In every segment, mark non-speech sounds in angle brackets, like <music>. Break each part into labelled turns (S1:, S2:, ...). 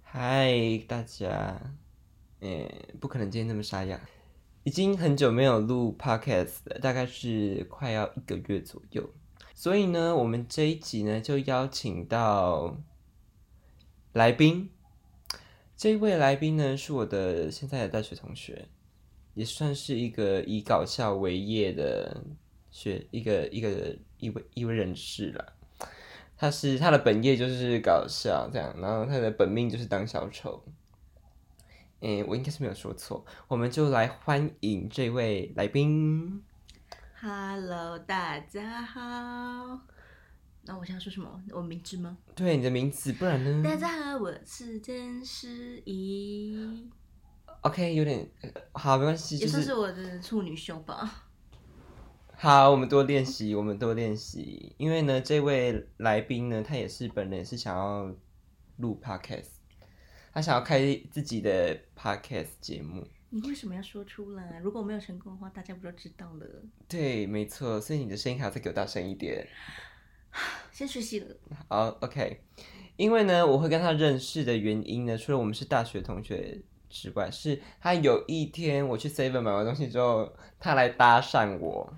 S1: 嗨，大家，嗯，不可能今天那么沙哑。已经很久没有录 podcast 了，大概是快要一个月左右。所以呢，我们这一集呢就邀请到来宾。这位来宾呢是我的现在的大学同学，也算是一个以搞笑为业的学一个一个一位一位人士了。他是他的本业就是搞笑这样，然后他的本命就是当小丑。诶、我应该是没有说错，我们就来欢迎这位来宾。
S2: Hello，大家好。那我想说什么？我明知吗？
S1: 对你的名字，不然呢
S2: 大家好，我是曾诗怡，
S1: ？OK，有点呃好，没关系，
S2: 也
S1: 就
S2: 算
S1: 是
S2: 是我的处女秀吧。 <laughs>
S1: 好，我们多练习，我们多练习。因为呢，这位来宾呢，他也是本人也是想要录 podcast，他想要开自己的 podcast 节目。
S2: 你为什么要说出来？如果没有成功的话，大家不就知道了？
S1: 对，没错，所以你的声音还要再给我大声一点。
S2: 先学习了。
S1: 好，OK，因为呢，我会跟他认识的原因呢，除了我们是大学同学之外，是他有一天我去 Seven 买完东西之后，他来搭讪我，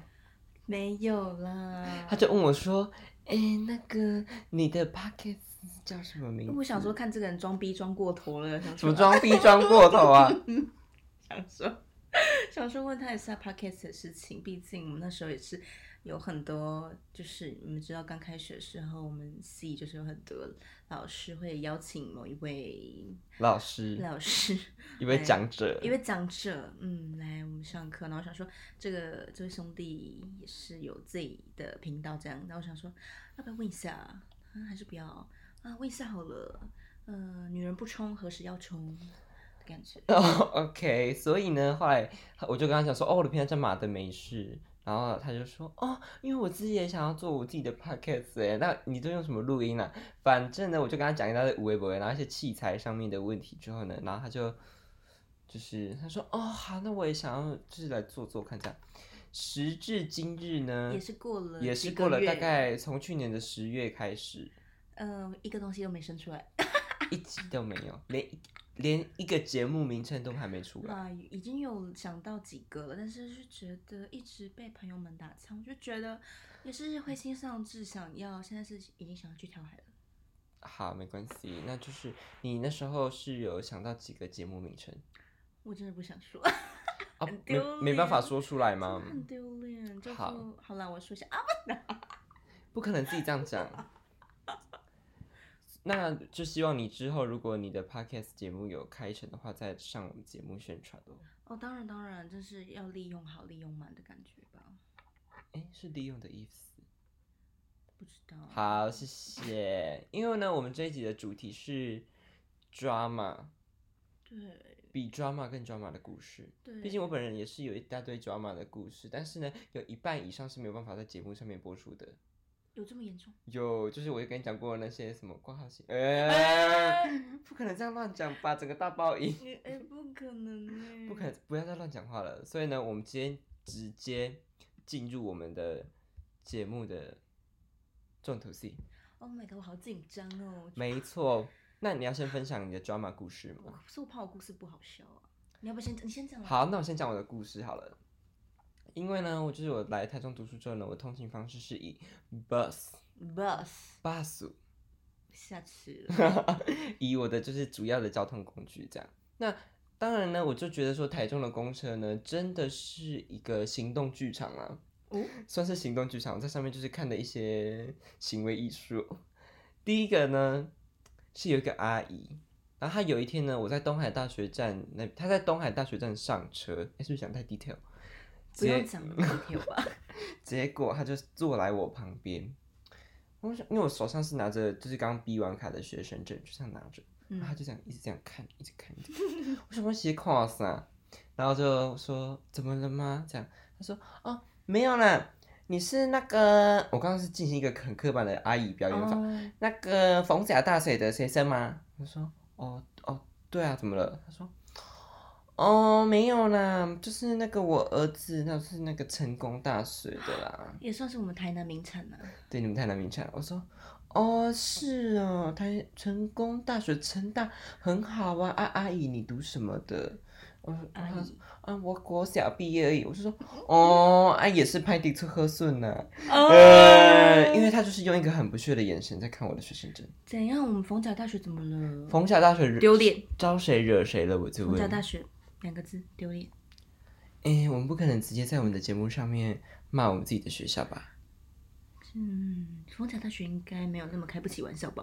S2: 没有啦
S1: 他。就问我说：“哎、那个你的 Pocket 叫什么名字？”
S2: 我想说，看这个人装逼装过头了，想
S1: 什
S2: 说
S1: 么装逼装过头啊？ <laughs>
S2: 想说， <laughs> 想说问他也是他 podcast 的事情，毕竟我们那时候也是有很多，就是你们知道刚开学的时候，我们 C 就是有很多老师会邀请某一位
S1: 老师，
S2: 老哎师， <laughs>
S1: 一位讲者，
S2: 一位讲者，嗯，来我们上课，然后想说这个这位兄弟也是有自己的频道这样，然后我想说要不要问一下，啊、还是不要啊？问一下好了，呃，女人不冲，何时要冲的感觉。
S1: <laughs> 哦、o k 所以呢，后来我就跟他讲说，哦，我的频道叫马的美事，然后他就说，哦，因为我自己也想要做我自己的 podcast 哎，那你都用什么录音啊？反正呢，我就跟他讲一大堆无微不微，然后一些器材上面的问题之后呢，然后他就就是他说，哦，好，那我也想要就是来做做看这样。时至今日呢，
S2: 也是过了
S1: 也
S2: 几
S1: 是
S2: 个
S1: 过了大
S2: 月
S1: 概从去年的十月开始，
S2: 嗯、一个东西都没生出来，
S1: 一集都没有，连一连一个节目名称都还没出来。
S2: 那已经有想到几个了，但是就觉得一直被朋友们打枪，我就觉得也是会心上志，想要现在是已经想要去跳海了。
S1: 好，没关系，那就是你那时候是有想到几个节目名称
S2: 我真的不想说，
S1: 啊
S2: 很？
S1: 没
S2: 丢
S1: 没办法
S2: 脸
S1: 说出来
S2: 真的 <laughs>
S1: 吗？
S2: 很丢脸。就是
S1: 好
S2: 好啦，我说一下啊，
S1: 不可能自己这样讲。那就希望你之后，如果你的 podcast 节目有开成的话，再上我们节目宣传哦。
S2: 哦，当然当然，就是要利用好、利用满的感觉吧。
S1: 诶，是利用的意思。
S2: 不知道，
S1: 好，谢谢。因为呢，我们这一集的主题是 drama，
S2: 对
S1: 比 drama 更 drama 的故事。
S2: 对，
S1: 毕竟我本人也是有一大堆 drama 的故事，但是呢，有一半以上是没有办法在节目上面播出的。
S2: 有这么严重。
S1: 有，就是我就跟你讲过那些什么挂号信，呃，不可能这样乱讲吧，整个大爆音，
S2: 哎、哎不可能欸呢！
S1: <laughs> 嗯不可能，不要再乱讲话了。所以呢，我们今天直接进入我们的节目的重头戏。
S2: ！Oh my god，我好紧张哦！
S1: 没错，那你要先分享你的 drama 故事
S2: 我
S1: 吗？
S2: 是我怕我故事不好笑啊。你要不要先你先讲啊？
S1: 好，那我先讲我的故事好了。因为呢，我就是我来台中读书之后呢，我通勤方式是以 bus
S2: bus
S1: bus
S2: 下去了，
S1: 以我的就是主要的交通工具这样。那当然呢，我就觉得说台中的公车呢，真的是一个行动剧场啊，
S2: 哦，
S1: 算是行动剧场，在上面就是看的一些行为艺术。第一个呢是有一个阿姨，然后她有一天呢，我在东海大学站那，她在东海大学站上车，诶是不是讲太 detail？
S2: 不用
S1: 结
S2: 讲那么 detail
S1: <laughs>
S2: 吧？
S1: 结果他就坐来我旁边，我想，因为我手上是拿着就是刚逼完卡的学生证，就这样拿着，然后他
S2: 嗯，
S1: 就这样一直这样看，一直看，一直看 <laughs> 我想说写 cos 啊，然后就说怎么了吗？这样，他说哦没有啦，你是那个我刚刚是进行一个很刻板的阿姨表演法，
S2: 哦，
S1: 那个逢甲大学的学生吗？我说哦哦对啊，怎么了？他说哦，没有啦，就是那个我儿子，他是那个成功大学的啦。
S2: 也算是我们台南名啊
S1: <laughs>
S2: 产呐、
S1: 对，你们太难明抢了。我说，哦，是哦，他成功大学成大很好啊，啊阿姨你读什么的？我说
S2: 阿
S1: 啊
S2: 姨。
S1: 啊，我国小毕业而已。我就说，哦，啊也是拍地出喝顺呐、呃，因为他就是用一个很不屑的眼神在看我的学生证。
S2: 哦怎样？我们逢甲大学怎么了？
S1: 逢甲大学惹
S2: 丢脸，
S1: 招谁惹谁了？我就
S2: 逢
S1: 问
S2: 甲。大学两个字丢脸。
S1: 哎、我们不可能直接在我们的节目上面骂我们自己的学校吧？
S2: 嗯，逢甲大学应该没有那么开不起玩笑吧？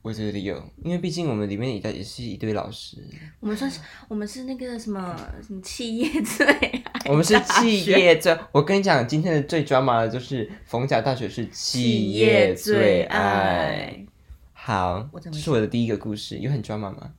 S1: 我觉得有，因为毕竟我们里面也也是一堆老师，
S2: 我们算是我们是那个什么什么企业罪啊、
S1: <laughs> 我们是
S2: 大
S1: 企
S2: 学
S1: 业罪。我跟你讲，今天的最抓马的就是逢甲大学是企业最
S2: <laughs>
S1: 爱。。好
S2: 我，怎
S1: 这
S2: 么
S1: 是我的第一个故事，有很抓马吗？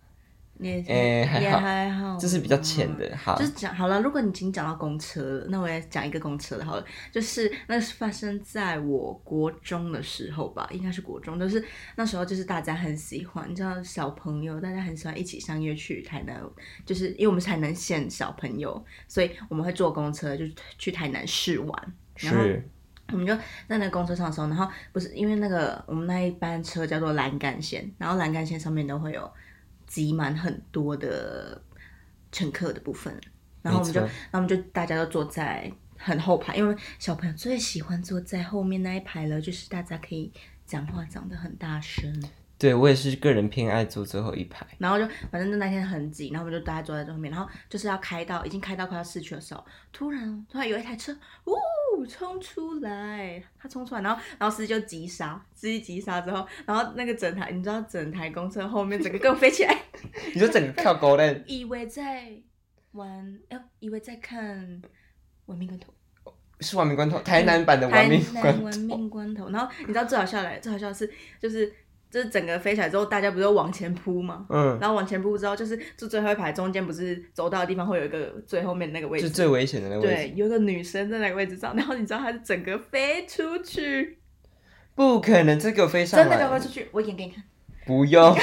S2: 你也是
S1: 哎还
S2: 也
S1: 好
S2: 还好，
S1: 这是比较浅。的。好
S2: 就，是讲好了，如果你已经讲到公车了，那我也讲一个公车的好了，就是那是发生在我国中的时候吧，应该是国中，就是那时候就是大家很喜欢，你知道小朋友大家很喜欢一起相约去台南，就是因为我们是台南县小朋友，所以我们会坐公车就去台南市玩，然后
S1: 是
S2: 我们就在那个公车上的时候，然后不是因为那个我们那一班车叫做栏杆线，然后栏杆线上面都会有挤满很多的乘客的部分，然后我们就，
S1: 没
S2: 然
S1: 错
S2: 后我们就大家都坐在很后排，因为小朋友最喜欢坐在后面那一排了，就是大家可以讲话讲得很大声，
S1: 对我也是个人偏爱坐最后一
S2: <laughs>
S1: 排。
S2: 然后就反正就那天很挤，然后我们就大家坐在最后面，然后就是要开到已经开到快要市区的时候，突然突然有一台车，呜冲出来，他冲出来，然后然后司机就急刹，司机急刹之后，然后那个整台你知道整台公车后面整个更飞起来， <laughs>
S1: 你说整个跳高嘞？
S2: 以为在玩，呃，以为在看《玩命关头》。
S1: 是亡命关头，台南版的亡命
S2: 台
S1: 关
S2: 南玩命关头。然后你知道最好笑的，最好笑的是就是就是整个飞起来之后，大家不是都往前扑吗？
S1: 嗯，
S2: 然后往前扑之后，就是坐最后一排，中间不是走道的地方会有一个最后面那个位
S1: 是
S2: 置，
S1: 最危险的那个位置，
S2: 对，有一个女生在那个位置上，然后你知道她是整个飞出去，
S1: 不可能，这个飞上
S2: 真
S1: 来，
S2: 的给我飞出去，我演给你看。
S1: 不
S2: <laughs>
S1: 用，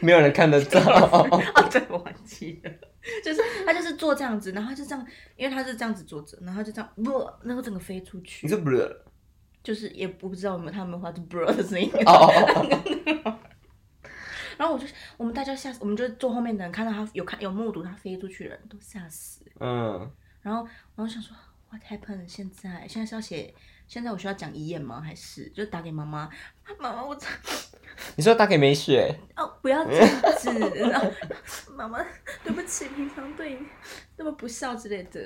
S1: 没有人看得到。
S2: 哦，对，我忘记了，就是她就是坐这样子，然后她就这样，因为她是这样子坐着，然后她就这样，不，然后整个飞出去
S1: 你，这不是
S2: 就是也不知道有没有他们发出 bro 的声音。
S1: 哦哦哦，
S2: 然后啊我就我们大家吓死，我们就坐后面的人看到他有看有目睹他飞出去的人都吓死。
S1: <laughs> 嗯，
S2: 然后然后想说 what happened？现在现在是要写，现在我需要讲遗言吗？还是就打给妈妈？啊妈妈，我真
S1: 你说打给没事哎，
S2: 哦不要这样子，然后妈妈对不起，平常对你那么不孝之类的。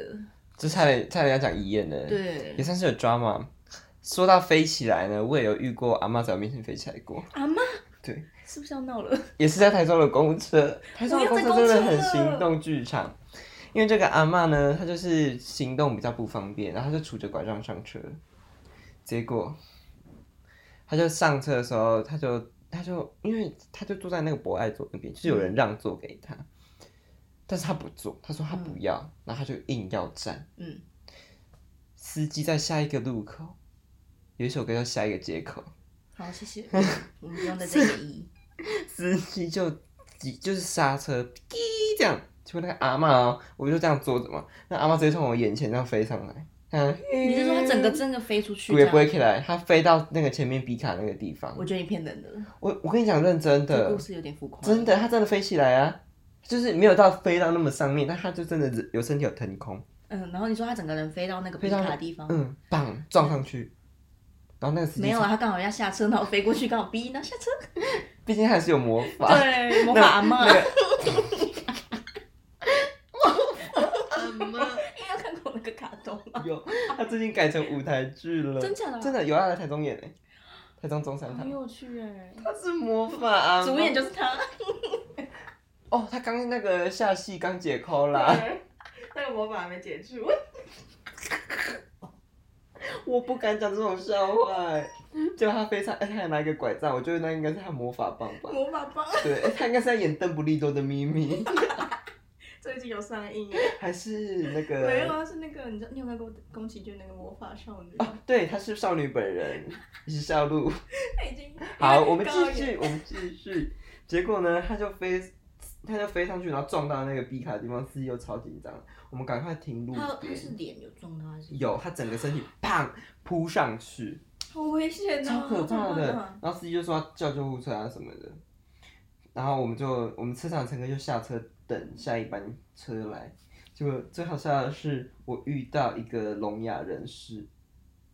S1: 这差点差点要讲遗言了，
S2: 对
S1: 也，算是有 drama。说到飞起来呢，我也有遇过阿妈在我面前飞起来过，
S2: 阿妈
S1: 对，
S2: 是不是要闹了？
S1: 也是在台中的公车，台中的公车真的很行
S2: 不要
S1: 动剧场。因为这个阿嬷呢，她就是行动比较不方便，然后她就杵着拐杖上车，结果她就上车的时候，她就她就因为她就坐在那个博爱座那边，就是有人让座给她，但是她不坐，她说她不要，然后她就硬要站。
S2: 嗯，
S1: 司机在下一个路口，有一首歌叫《下一个街口》，
S2: 好，
S1: <laughs>
S2: 谢谢，我们不用再这个遗。
S1: 司机 <laughs> 就急就是刹车，滴这样，结果那个阿嬷哦，我就这样坐着嘛，那阿嬷直接从我眼前这样飞上来，嗯，
S2: 你是说他整个真的飞出去？
S1: 骨也
S2: 这
S1: 不会
S2: 样？
S1: 起来，它飞到那个前面比卡那个地方
S2: 我，觉得你骗人的，
S1: 我我跟你讲认真
S2: 这
S1: 的
S2: 故，事有点浮夸。
S1: 真的，它真的飞起来啊，就是没有到飞到那么上面，但它就真的有身体有腾空，
S2: 嗯，然后你说他整个人飞到那个皮
S1: 飞到
S2: 卡的地方，
S1: 嗯，棒撞上去，然后那个司
S2: 没
S1: 机
S2: 有，啊，他刚好要下车，然后飞过去，刚好逼 <laughs> 那下车，
S1: 毕竟它还是有魔法，
S2: 对，啊魔法阿妈，
S1: 那个
S2: <laughs> 应该有看过那个卡通 <laughs>
S1: <laughs>
S2: 吧？
S1: 有，他最近改成舞台剧了，
S2: 真假的
S1: 真的有他啊来台中演诶，台中中山堂
S2: 很，有趣哎，
S1: 他是魔法啊，
S2: 主演就是他，
S1: 哦，他刚那个下戏刚解扣啦，
S2: 对，啊 <laughs> 那个魔法还没解除，
S1: 我不敢讲这种笑话诶，结果他非常，哎他还拿一个拐杖，我觉得那应该是他魔法棒吧，
S2: 魔法棒
S1: 对，哎他应该是在演邓布利多的秘
S2: <laughs>
S1: 密，
S2: 最近有上映哎，
S1: 还是那
S2: 没有
S1: 个。
S2: 啊，是那个你知道你有看过宫崎骏那个魔法少女？ <laughs>
S1: 哦，对，她是少女本人，也是少露。
S2: 他已经
S1: 好，我们继，续，我们继续。结果呢，他就飞他就飞上去，然后撞到那个 B 卡的地方，司机又超紧张，我们赶快停路
S2: 他他
S1: 边。
S2: 是脸有撞到还是？
S1: 有，他整个身体砰扑上去，
S2: 好危险
S1: 超
S2: 哦！
S1: 可怕的。然后司机就说要叫救护车啊什么的，然后我们就我们车上的乘客就下车等下一班车来。结果最好笑的是，我遇到一个聋哑人士，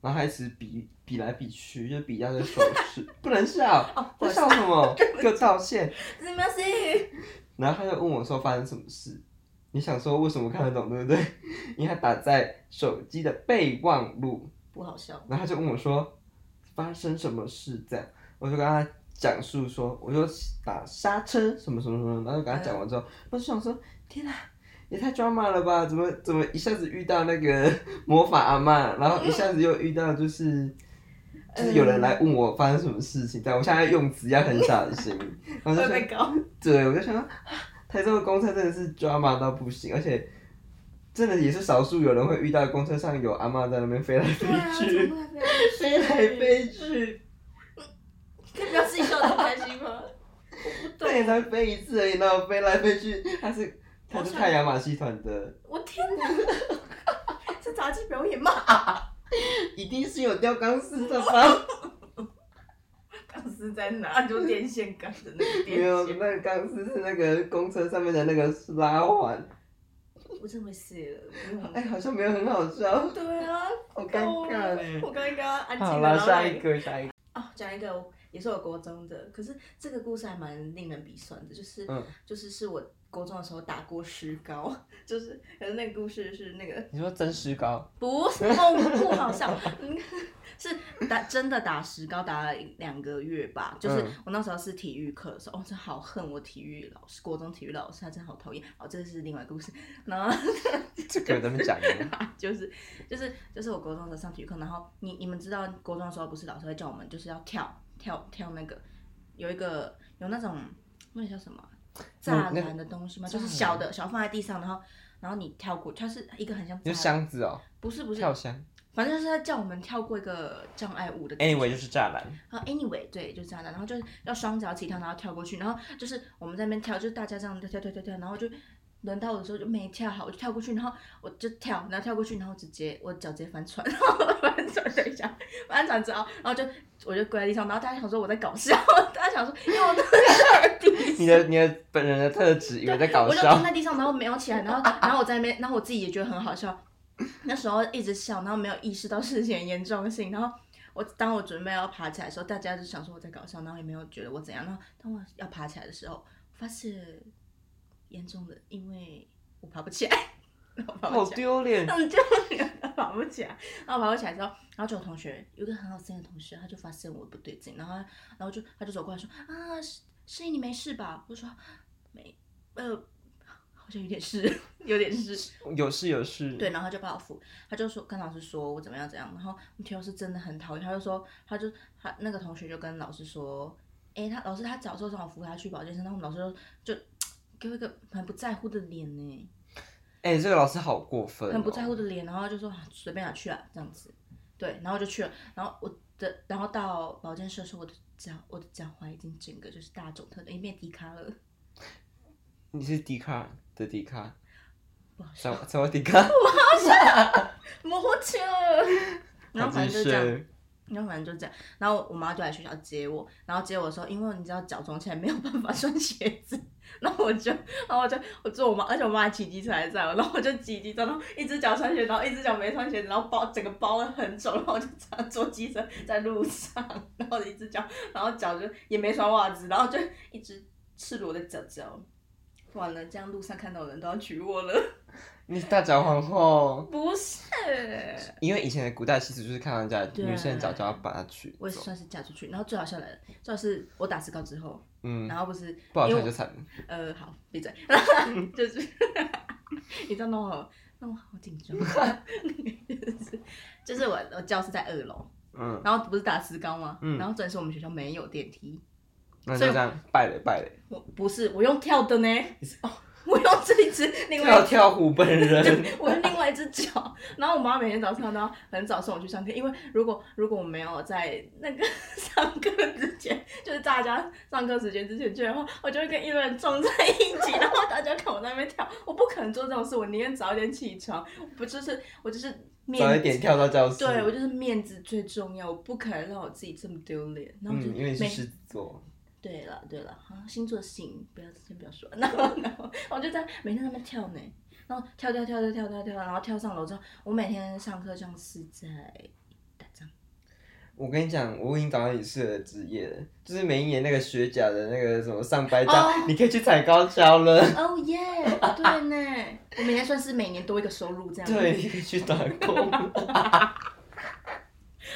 S1: 然后他一直比比来比去，就比他的手势，不能
S2: 哦
S1: 笑，在笑什么？给我道歉。
S2: 怎么是？
S1: 然后他就问我说发生什么事，你想说为什么看得懂对不对？因为他打在手机的备忘录，
S2: 不好笑。
S1: 然后他就问我说发生什么事这样，我就跟他讲述说，我就打刹车什么什么什么，然后
S2: 嗯
S1: 跟他讲完之后，我就想说天啊。也太 drama 了吧？怎么怎么一下子遇到那
S2: <laughs>
S1: 个魔法阿嬷，然后
S2: 嗯
S1: 一下子又遇到就是就是有人来问我发生什么事情，这样我现在用词要很小心，然后就说
S2: 嗯会被告。
S1: 对，我就想到，啊台中的公车真的是 drama 到不行，而且真的也是少数有人会遇到公车上有阿嬷在那边飞来飞
S2: <laughs> 对啊， <laughs> 怎
S1: 去，
S2: 么会
S1: 飞
S2: 飞
S1: 来飞去，
S2: <laughs> 可以不要自己笑得很开心吗？我
S1: 但
S2: 不懂。
S1: 也才飞一次而已，然后飞来飞去，他是他是太阳马戏团的，
S2: 我天哪！ <laughs> 是杂技表演吗？
S1: 一定是有吊钢丝的
S2: <laughs>
S1: 吧？
S2: 钢丝在哪？你就电线杆的那个
S1: 没有，。那个钢丝是那个公车上面的那个拉环，
S2: 我真的会死了。
S1: <laughs> 哎，好像没有很好
S2: <laughs>
S1: 笑，
S2: 对啊，
S1: 好尴尬嘞。
S2: 我刚刚安静
S1: 好
S2: 的。
S1: 啦，
S2: 然后
S1: 下一个，下一个，
S2: 哦，讲一个也是我国中的，可是这个故事还蛮令人鼻酸的，就是、
S1: 嗯
S2: 就是是我国中的时候打过石膏，就是可是那个故事是那个
S1: 你说真石膏，
S2: 不是哦，不好笑， <laughs> 嗯是打真的打石膏打了两个月吧，就是
S1: 嗯
S2: 我那时候是体育课的时候，哦，真好恨我体育老师，国中体育老师他真的好讨厌，哦，这是另外一个故事， <laughs> 然后。
S1: 这个怎么讲
S2: <laughs>
S1: 呢？
S2: 就是就是就是我国中的时候上体育课，然后你你们知道国中的时候不是老师会叫我们就是要跳跳跳那个有一个有那种那个叫什么啊
S1: 那
S2: 栅
S1: 那
S2: 栏的东西吗？就是
S1: 栅栏
S2: 小的小放在地上，然后然后你跳过，它是一个很像
S1: 你
S2: 栅
S1: 说
S2: 栏，
S1: 箱子哦，
S2: 不是不是，
S1: 跳箱。
S2: 反正就是他叫我们跳过一个障碍物的。
S1: anyway 就是栅栏，
S2: 然后 anyway 对，就这样的，然后就是要双脚起跳，然后跳过去，然后就是我们在那边跳，就是大家这样跳跳跳跳跳，然后就轮到我的时候就没跳好，我就跳过去，然后我就跳，然后跳过去，然后直接我脚直接翻船， <laughs> 然后翻船等一下，翻船之后，然后就我就跪在地上，然后大家想说我在搞笑， <laughs> 大家想说因为我在地 <laughs> 上
S1: 你的你的本人的特质以为在搞
S2: 我就蹲
S1: 笑，
S2: 在地上，然后没有起来，然后然后我在那边，然后我自己也觉得很好笑。那时候一直笑，然后没有意识到事情的严重性。然后我当我准备要爬起来的时候，大家就想说我在搞笑，然后也没有觉得我怎样。然后当我要爬起来的时候，发现严重的，因为我爬不起来， <laughs> 然后爬不
S1: 好
S2: 起来。
S1: 丢
S2: <laughs>
S1: 脸。
S2: 嗯，就爬不起来，然后爬不起来之后，然后就有同学，有一个很好心的同学，他就发现我不对劲，然后他然后就他就走过来说啊，诗诗怡你没事吧？我就说没，呃，好像有点事， <laughs> 有点事。
S1: 有事有事，
S2: 对，然后他就把我扶，他就说跟老师说我怎么样怎样，然后我体育老师真的很讨厌，他就说他就他那个同学就跟老师说，诶，他老师他早受伤，我扶他去保健室，然后我们老师就就给我一个很不在乎的脸呢。
S1: 哎、这个老师好过分、哦，
S2: 很不在乎的脸，然后就说啊随便啊去啊这样子，对，然后就去了，然后我的，然后到保健室的时候，我的脚我的脚踝已经整个就是大肿特肿，因为变低咖了，
S1: 你是迪卡的迪卡，
S2: 不好
S1: 什
S2: 笑，
S1: 么什么迪卡？
S2: 模糊起了， <laughs> <laughs> 然后反正就是这样，然后反正就这样，然后我妈就来学校接我，然后接我的时候，因为你知道脚肿起来没有办法穿鞋子，然后我就，然后我就我坐我妈，而且我妈还骑机车来载我，然后我就骑机车，然后一只脚穿鞋，然后一只脚没穿鞋子，然后包整个包得很肿，然后我就这样坐机车在路上，然后一只脚，然后脚就也没穿袜子，然后就一只赤裸的脚脚，完了，这样路上看到的人都要娶我了， <laughs>
S1: 你是大脚皇后，
S2: 不是，
S1: 因为以前的古代习俗就是看到人家
S2: 对
S1: 女生的脚就要把它取
S2: 我也
S1: 走，
S2: 算是嫁出去，然后最好笑的，最好是我打石膏之后，
S1: 嗯，
S2: 然后不是
S1: 不好
S2: 因为
S1: 看
S2: 我
S1: 就惨了。
S2: 呃，好，闭嘴，就是 <laughs> 你知道弄我弄我好紧张，就是就是我我教室在二楼，
S1: 嗯，
S2: 然后不是打石膏吗？
S1: 嗯
S2: 然后转是我们学校没有电梯，
S1: 那你
S2: 所以
S1: 就这样拜了拜了，
S2: 我不是我用跳的呢，哦，我用这一只另外
S1: 跳
S2: 一
S1: 跳虎本人，
S2: 只我用另外一只脚，然后我妈每天早上嗯都要很早送我去上课，因为如果如果我没有在那个上课之前，就是大家上课时间之前去的话，我就会跟一堆人撞在一起，然后大家看我在那边跳，我不可能做这种事，我宁愿早点起床，我不就是我就是
S1: <laughs>
S2: 面
S1: 早一点跳到教室。
S2: 对我就是面子最重要，我不可能让我自己这么丢脸。然后我就
S1: 嗯，因为你是
S2: 每
S1: 狮子座，
S2: 对了对了，好像星座行，不要先不要说。 <laughs> 然后然后我就在每天在那边跳呢，然后跳跳跳跳跳跳跳，然后跳上楼之后，我每天上课像是在打仗。
S1: 我跟你讲，我已经找到你适合的职业了，就是每一年那个学甲的那个什么上百张
S2: 哦
S1: 你可以去踩高跷了。
S2: 哦耶，对呢，我每天算是每年多一个收入这样。
S1: 对，你可以去打
S2: <laughs>
S1: 工。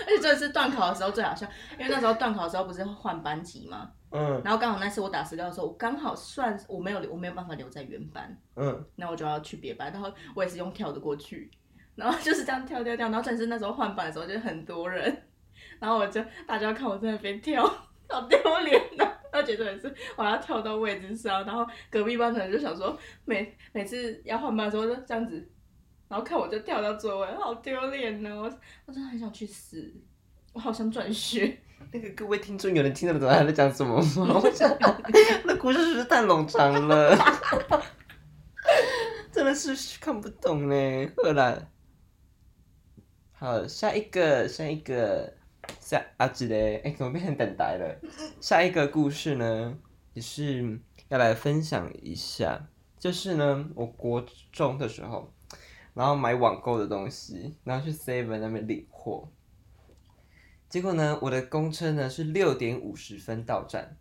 S2: 而且这次断考的时候最好笑，因为那时候断考的时候不是会换班级吗？
S1: 嗯
S2: 然后刚好那次我打石膏的时候，我刚好算我没有留我没有办法留在原班，
S1: 嗯，
S2: 那我就要去别班，然后我也是用跳的过去，然后就是这样跳跳跳，然后但是那时候换班的时候就是很多人，然后我就大家看我在那边跳，好丢脸呐、而且重点是我要跳到位置上，然后隔壁班的人就想说每每次要换班的时候就这样子，然后看我就跳到座位，好丢脸呢、我我真的很想去死，我好想转学。
S1: 那个各位听众有人听得懂他在讲什么吗？ <laughs> 我想，那故事是不是太冗长了？ <laughs> 真的是看不懂呢。荷兰，好，下一个，下一个，下阿吉嘞，哎、怎么变成等待了？下一个故事呢，也是要来分享一下，就是呢，我国中的时候，然后买网购的东西，然后去 Seven 那边领货，结果呢，我的公车呢是六点五十分到站，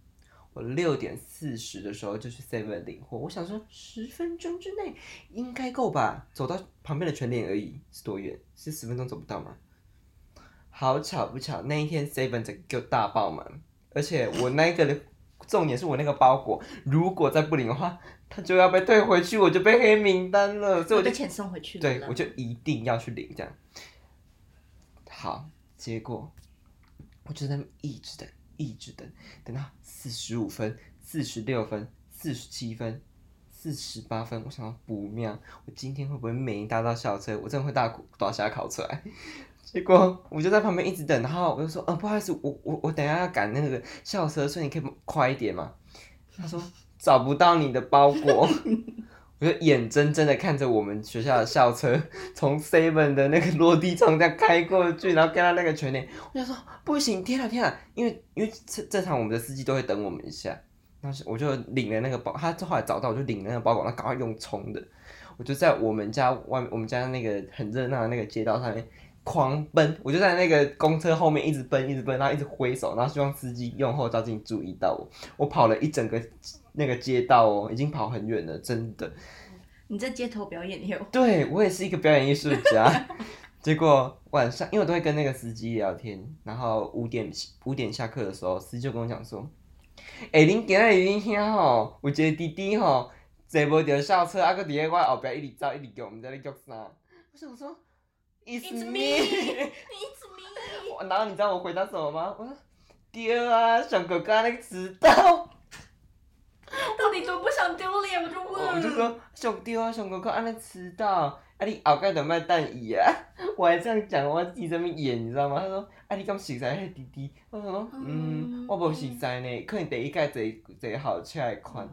S1: 我六点四十的时候就去 Seven 领货。我想说十分钟之内应该够吧，走到旁边的全联而已，是多远？是十分钟走不到吗？好巧不巧，那一天 Seven 整个给我大爆满，而且我那个的重点是我那个包裹，如果再不领的话，它就要被退回去，我就被黑名单了，所以我就
S2: 被遣送回去了
S1: 对
S2: 啦。，
S1: 我就一定要去领这样。好，结果我就在那边一直等，一直等，等到四十五分、四十六分、四十七分、四十八分，我想到不妙，我今天会不会没搭到校车？我真的会大哭大下考出来。 <laughs> 结果我就在旁边一直等，然后我就说，呃，不好意思，我我我等一下要赶那个校车，所以你可以快一点嘛。他说找不到你的包裹。我就眼睁睁的看着我们学校的校车 <laughs> 从 Seven 的那个落地窗这样开过去，然后跟到那个全脸，我就说不行，天啊天啊！因为因为正正常我们的司机都会等我们一下，当时我就领了那个包，他后来找到我就领了那个包裹，然后赶快用冲的，我就在我们家外面，我们家那个很热闹的那个街道上面狂奔，我就在那个公车后面一直奔一直奔，然后一直挥手，然后希望司机用后照镜注意到我，我跑了一整个那个街道哦，已经跑很远了，真的。
S2: 你在街头表演也有
S1: 对我也是一个表演艺术家。 <laughs> 结果晚上，因为我都会跟那个司机聊天，然后五点五点下课的时候，司机就跟我讲说：“哎、欸，恁今仔日恁兄吼，有一个弟弟吼，坐无着校车，啊，搁伫咧我后壁一直走，一直叫，毋知咧叫啥。”我想说，It's
S2: It's
S1: me。
S2: It's
S1: <laughs>
S2: me。<laughs>
S1: 然后你知道我回答什么吗？我说：“对啊，上课刚咧迟到。”
S2: 到底多不想丢脸？我就
S1: 我就说上对啊，上课课安尼迟到，啊你后盖就莫等伊啊！ <laughs> 我还这样讲，我自己在那边演，你知道吗？他说啊你敢熟识迄弟弟？我想说嗯
S2: 嗯，
S1: 我无熟识呢，可能第一届坐坐校车的款。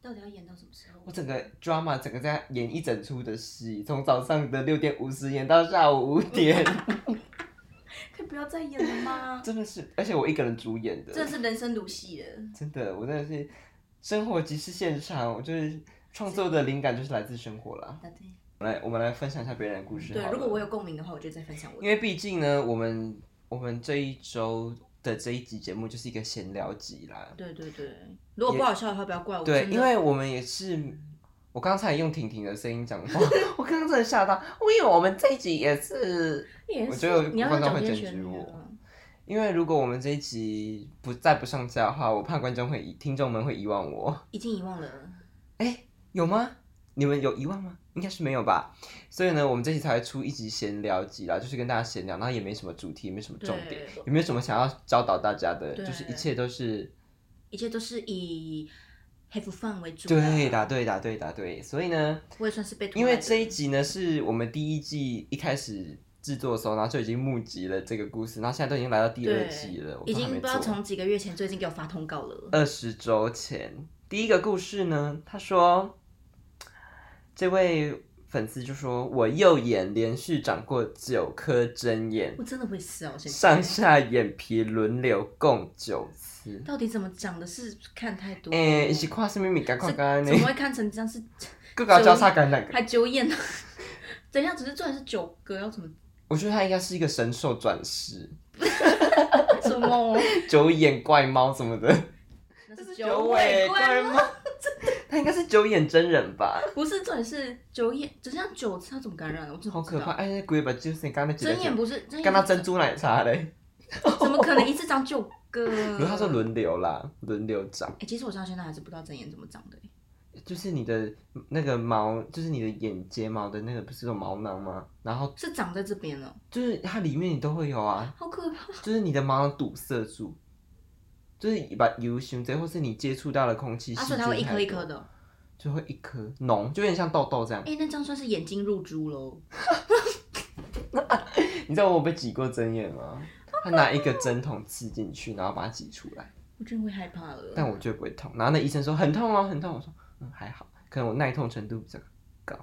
S2: 到底要演到什么时候？
S1: 我整个 drama 整个在演一整出的戏，从早上的六点五十演到下午五点，
S2: 嗯可以不要再演了吗？
S1: <laughs> 真的是，而且我一个人主演的，
S2: 真的是人生如戏了。
S1: 真的，我真的是生活即是现场，我就是创作的灵感就是来自生活啦。
S2: 答对。
S1: 来，我们来分享一下别人的故事。
S2: 对
S1: 好，了
S2: 如果我有共鸣的话，我就再分享我
S1: 因
S2: 的。
S1: 为毕竟呢，我们我们这一周的这一集节目就是一个闲聊集啦。
S2: 对对对，如果不好笑的话，不要怪我。
S1: 对，
S2: 哦真的
S1: 因为我们也是，我刚才用婷婷的声音
S2: <laughs>
S1: 讲话，我刚刚真的吓到，我以为我们这一集也是，
S2: 也
S1: 我
S2: 是
S1: 觉得
S2: 你要
S1: 观众
S2: 讲
S1: 会
S2: 些
S1: 检
S2: 玄
S1: 举
S2: 妙
S1: 我
S2: 啊
S1: 因为如果我们这一集不再不上架的话，我怕观众会遗听众们会遗忘我。
S2: 已经遗忘了。
S1: 有吗？你们有遗忘吗？应该是没有吧。所以呢，我们这期才会出一集闲聊集啦，就是跟大家闲聊，然后也没什么主题，也没什么重点，
S2: 对，
S1: 也没有什么想要教导大家的，
S2: 对
S1: 就是一切都是
S2: 一切都是以 have fun 为主。啊
S1: 对，答对答对答对，所以呢，
S2: 我也算是被拖
S1: 因为
S2: 累的
S1: 这一集呢是我们第一季一开始制作的时候，然后就已经募集了这个故事，然后现在都已经来到第二季了，我
S2: 已
S1: 都还
S2: 经
S1: 没
S2: 不知道
S1: 做。
S2: 从几个月前就已经给我发通告了。
S1: 二十周前，第一个故事呢，他说，这位粉丝就说我右眼连续长过九颗针眼，
S2: 我真的会笑，现在
S1: 上下眼皮轮流共九次。
S2: 到底怎么长的？是看太多？
S1: 诶、欸，是看什么物件？看干呢
S2: 怎？么会看成这样？是
S1: 各个交叉感染。
S2: 还九眼呢？ <laughs> 等一下，只是重点是九个，要怎么
S1: 我觉得他应该是一个神兽转世，<laughs>
S2: 怎么？
S1: 九眼怪猫什么的。
S2: 那
S1: 这
S2: 是
S1: 是
S2: 九尾怪
S1: 吗？
S2: <laughs>
S1: 他应该是九眼真人吧？
S2: 不是重点是九眼，只剩下九次，它怎么感染的？我真的
S1: 好
S2: 不知
S1: 可怕！
S2: 道。
S1: 哎，那鬼把就是刚才
S2: 睁眼不是睁眼，
S1: 刚刚珍珠奶茶嘞。
S2: 怎么可能一次长九个？
S1: <laughs> 可是他说轮流啦，轮流长，
S2: 哎、其实我到现在还是不知道睁眼怎么长的、欸。
S1: 就是你的那个毛，就是你的眼睫毛的那个不是有毛囊吗？然后
S2: 是长在这边了，
S1: 就是它里面你都会有啊，
S2: 好可怕！
S1: 就是你的毛囊堵塞住，就是把油熏这，或是你接触到的空气，
S2: 啊，所以它会一颗一颗
S1: 的，
S2: 的。
S1: 就会一颗脓，就有点像痘痘这样
S2: 哎、。那这样算是眼睛入珠喽？
S1: 你知道我有被挤过针眼吗？他拿一个针筒刺进去，然后把它挤出来，
S2: 我真的会害怕了。
S1: 但我觉得不会痛。然后那医生说很痛哦，很痛。我说嗯还好，可能我耐痛程度比较高。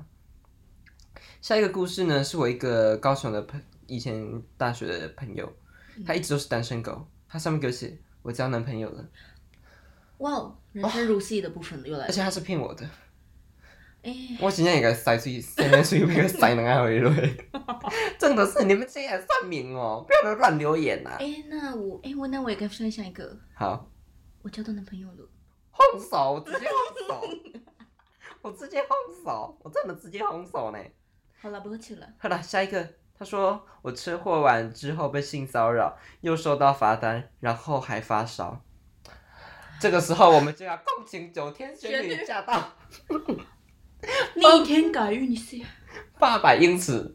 S1: 下一个故事呢，是我一个高雄的朋，以前大学的朋友，他一直都是单身狗。他上面给我写我交男朋友了，
S2: 哇哦，人生如戏的部分又来
S1: 而
S2: 了。
S1: 且他是骗我的。
S2: 哎、
S1: 我真正会甲塞出去，塞出去，要塞两下回落。 <laughs> 真的是你们这些人算命哦，不要乱留言呐、啊。
S2: 哎、那我哎、我那我也该分享一个，
S1: 好。
S2: 我交到男朋友了。
S1: 轰手，我直接轰手，我直接轰手，我真的直接轰手呢。
S2: 好了，不客气了。
S1: 好了，下一个，他说我车祸完之后被性骚扰，又收到罚单，然后还发烧。这个时候我们就要共情九天玄女驾到
S2: 逆天改运，你是
S1: 哦八百英尺、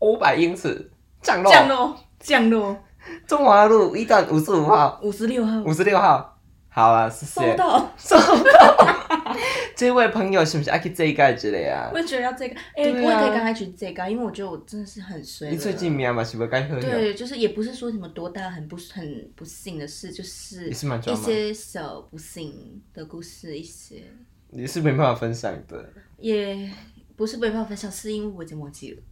S1: 五百英尺降落
S2: 降落降落
S1: 中华路一段五十五号、
S2: 五十六号，
S1: 五十六号。好啊，谢
S2: 收
S1: 谢。
S2: 到。
S1: 收到。 <laughs> 这位朋友是不是爱去这一盖之类啊
S2: 我？也觉得要这个，哎、
S1: 对啊
S2: 我也可以跟他一起这个啊，因为我觉得我真的是很衰了。
S1: 你最近名嘛是不是该喝？
S2: 对，就是也不是说什么多大很不很不幸的事，就是
S1: 也是蛮
S2: 一
S1: drama
S2: 些小不幸的故事，一些
S1: 你是没办法分享的。
S2: 也不是没办法分享，是因为我已经忘记了，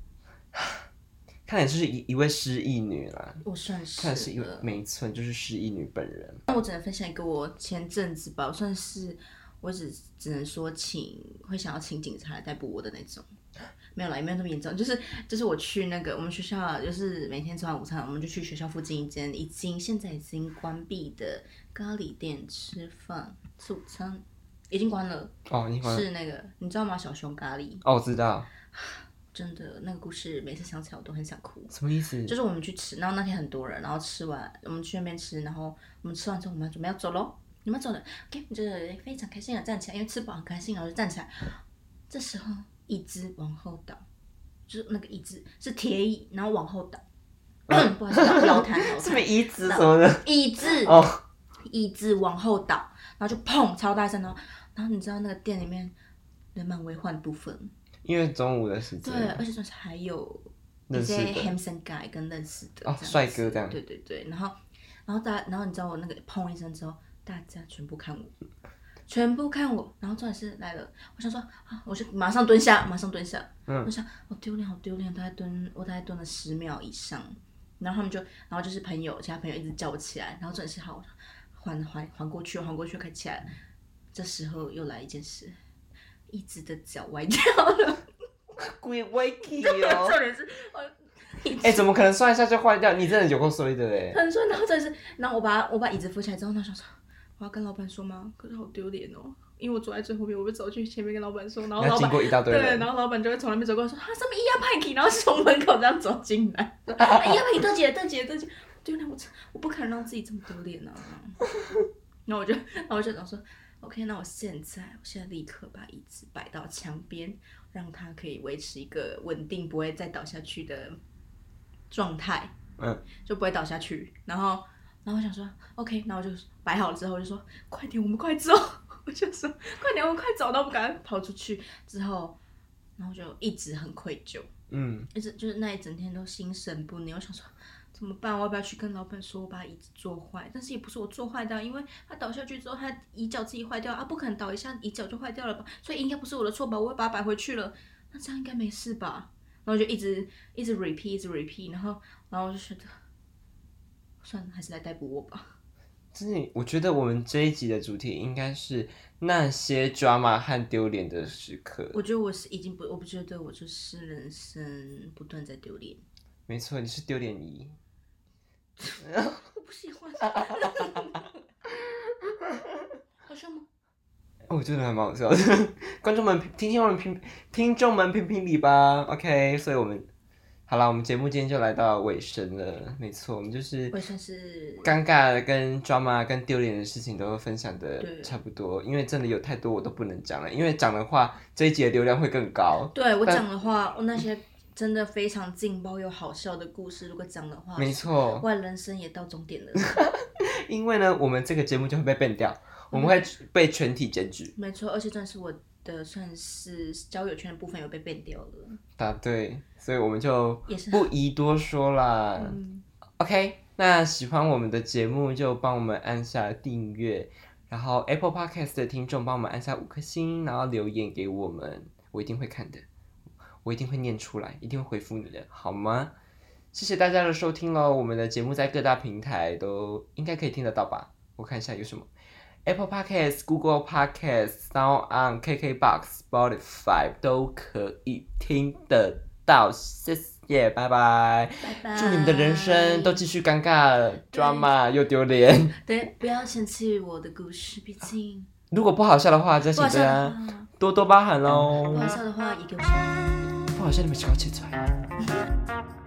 S1: 看来就是一一位失忆女啦，
S2: 我算嗯是
S1: 啊看来是一位
S2: 了
S1: 没错，就是失忆女本人。
S2: 那我只能分享一个我前阵子吧，我算是我只只能说请会想要请警察来逮捕我的那种，没有啦，也没有那么严重，就是就是我去那个我们学校，就是每天吃完午餐，我们就去学校附近一间已经现在已经关闭的咖喱店吃饭吃午餐，已经关了，
S1: 哦，你好像
S2: 是那个你知道吗？小熊咖喱，
S1: 哦，我知道
S2: 真的那个故事每次想起来我都很想哭。
S1: 什么意思
S2: 就是我们去吃，然后那天很多人，然后吃完我们去那边吃，然后我们吃完之后我们要准备要走喽，你们要走了，OK，就是非常开心的站起来，因为吃饱很开心，啊然后就站起来。这时候椅子往后倒，就是那个椅子是铁椅，然后往后倒，
S1: 啊
S2: <coughs> 不好意思，老老
S1: <laughs>
S2: 坛老
S1: 什么
S2: 坛，
S1: 移植什么的
S2: 椅子
S1: 哦，
S2: 椅子往后倒，然后就砰超大声，然后然后你知道那个店里面人满为患的部分，
S1: 因为中午的时
S2: 对，
S1: 间
S2: 而且重点是还有一
S1: 认识
S2: 些
S1: 的
S2: handsome guy 跟认识的
S1: 哦
S2: 这样，子
S1: 帅哥这样，
S2: 对对对，然后然后大然后你知道我那个砰一声之后，大家全部看我，全部看我，然后重点是来了，我想说啊，我就马上蹲下，马上蹲下，
S1: 嗯
S2: 我想好丢脸，好丢脸，大概蹲我大概蹲了十秒以上，然后他们就然后就是朋友其他朋友一直叫我起来，然后重点是好缓缓缓过去，缓过去，快起来，这时候又来一件事。一直的脚歪掉了，
S1: 鬼 w i
S2: <laughs> 重
S1: 哦，
S2: 点是，我
S1: <laughs> 哎，怎么可能摔一下就坏掉？你真的有够衰的嘞！
S2: 很顺，然后再是，然后我把我把椅子扶起来之后，然后想说，我要跟老板说吗？可是好丢脸哦，因为我走在最后面，我就走去前面跟老板说，然后
S1: 你要
S2: 老
S1: 经
S2: 板
S1: 过一大堆
S2: 对，
S1: 人
S2: 然，后老板就会从那边走过来说，啊，什么伊亚派克，然后是从门口这样走进来，哎伊亚派克大姐大姐大姐，丢脸，我我不可能让自己这么丢脸啊。然后我就，然后我就想说，OK，那我现在我现在立刻把椅子摆到墙边，让它可以维持一个稳定，不会再倒下去的状态。
S1: 嗯，
S2: 就不会倒下去。然后，然后我想说，OK，然后我就摆好了之后，我就说快点，我们快走。我就说快点，我们快走。然后我们赶快跑出去之后，然后就一直很愧疚，
S1: 嗯，
S2: 一直就是那一整天都心神不宁。我想说怎么办？我要不要去跟老板说我把椅子坐坏？但是也不是我坐坏的啊，因为它倒下去之后，它椅脚自己坏掉啊，不可能倒一下椅脚就坏掉了吧？所以应该不是我的错吧？我要把它摆回去了，那这样应该没事吧？然后就一直一直 repeat，一直 repeat，然后然后我就觉得算了，还是来逮捕我吧。
S1: 真的，我觉得我们这一集的主题应该是那些 drama 和丢脸的时刻。
S2: 我觉得我是已经不，我不觉得我就是人生不断在丢脸，
S1: 没错，你是丢脸仪。
S2: 我不喜欢。好笑吗？
S1: 哦，我觉得还蛮好笑的。 <laughs> 观众们、听众们评听众们评评理吧。OK，所以我们好了，我们节目今天就来到尾声了。没错，我们就是
S2: 我也算是
S1: 尴尬的跟 drama 跟丢脸的事情都分享的
S2: 对
S1: 差不多，因为真的有太多我都不能讲了，因为讲的话这一集的流量会更
S2: <laughs>
S1: 高。
S2: 对我
S1: 但
S2: 讲的
S1: 呃
S2: 话，哦我那些真的非常劲爆又好笑的故事，如果讲的话，
S1: 没错，
S2: 我的人生也到终点了。 <laughs>
S1: 因为呢，我们这个节目就会被 ban 掉，我
S2: 嗯
S1: 们会被全体检举。
S2: 没错，而且算是我的算是交友圈的部分有被变掉了，
S1: 答对，所以我们就
S2: 也是
S1: 不宜多说啦。
S2: 嗯，
S1: OK，那喜欢我们的节目就帮我们按下订阅，然后 Apple Podcast 的听众帮我们按下五颗星，然后留言给我们，我一定会看的，我一定会念出来，一定会回复你的，好吗？谢谢大家的收听喽，我们的节目在各大平台都应该可以听得到吧？我看一下有什么，Apple Podcast、Google Podcast、Sound On、KKBox、Spotify 都可以听得到，谢谢，拜拜。
S2: 拜拜。
S1: 祝你们的人
S2: 嗯
S1: 生都继续尴尬、drama 又丢脸。
S2: 对，不要嫌弃我的故事，毕竟
S1: 如果不好笑的嗯话，再
S2: 不
S1: 请
S2: 好
S1: 大
S2: 笑的
S1: 家
S2: 话，
S1: 多多包涵喽
S2: 啊不。好笑的话也给我下。
S1: 不好笑，你们就要切出来。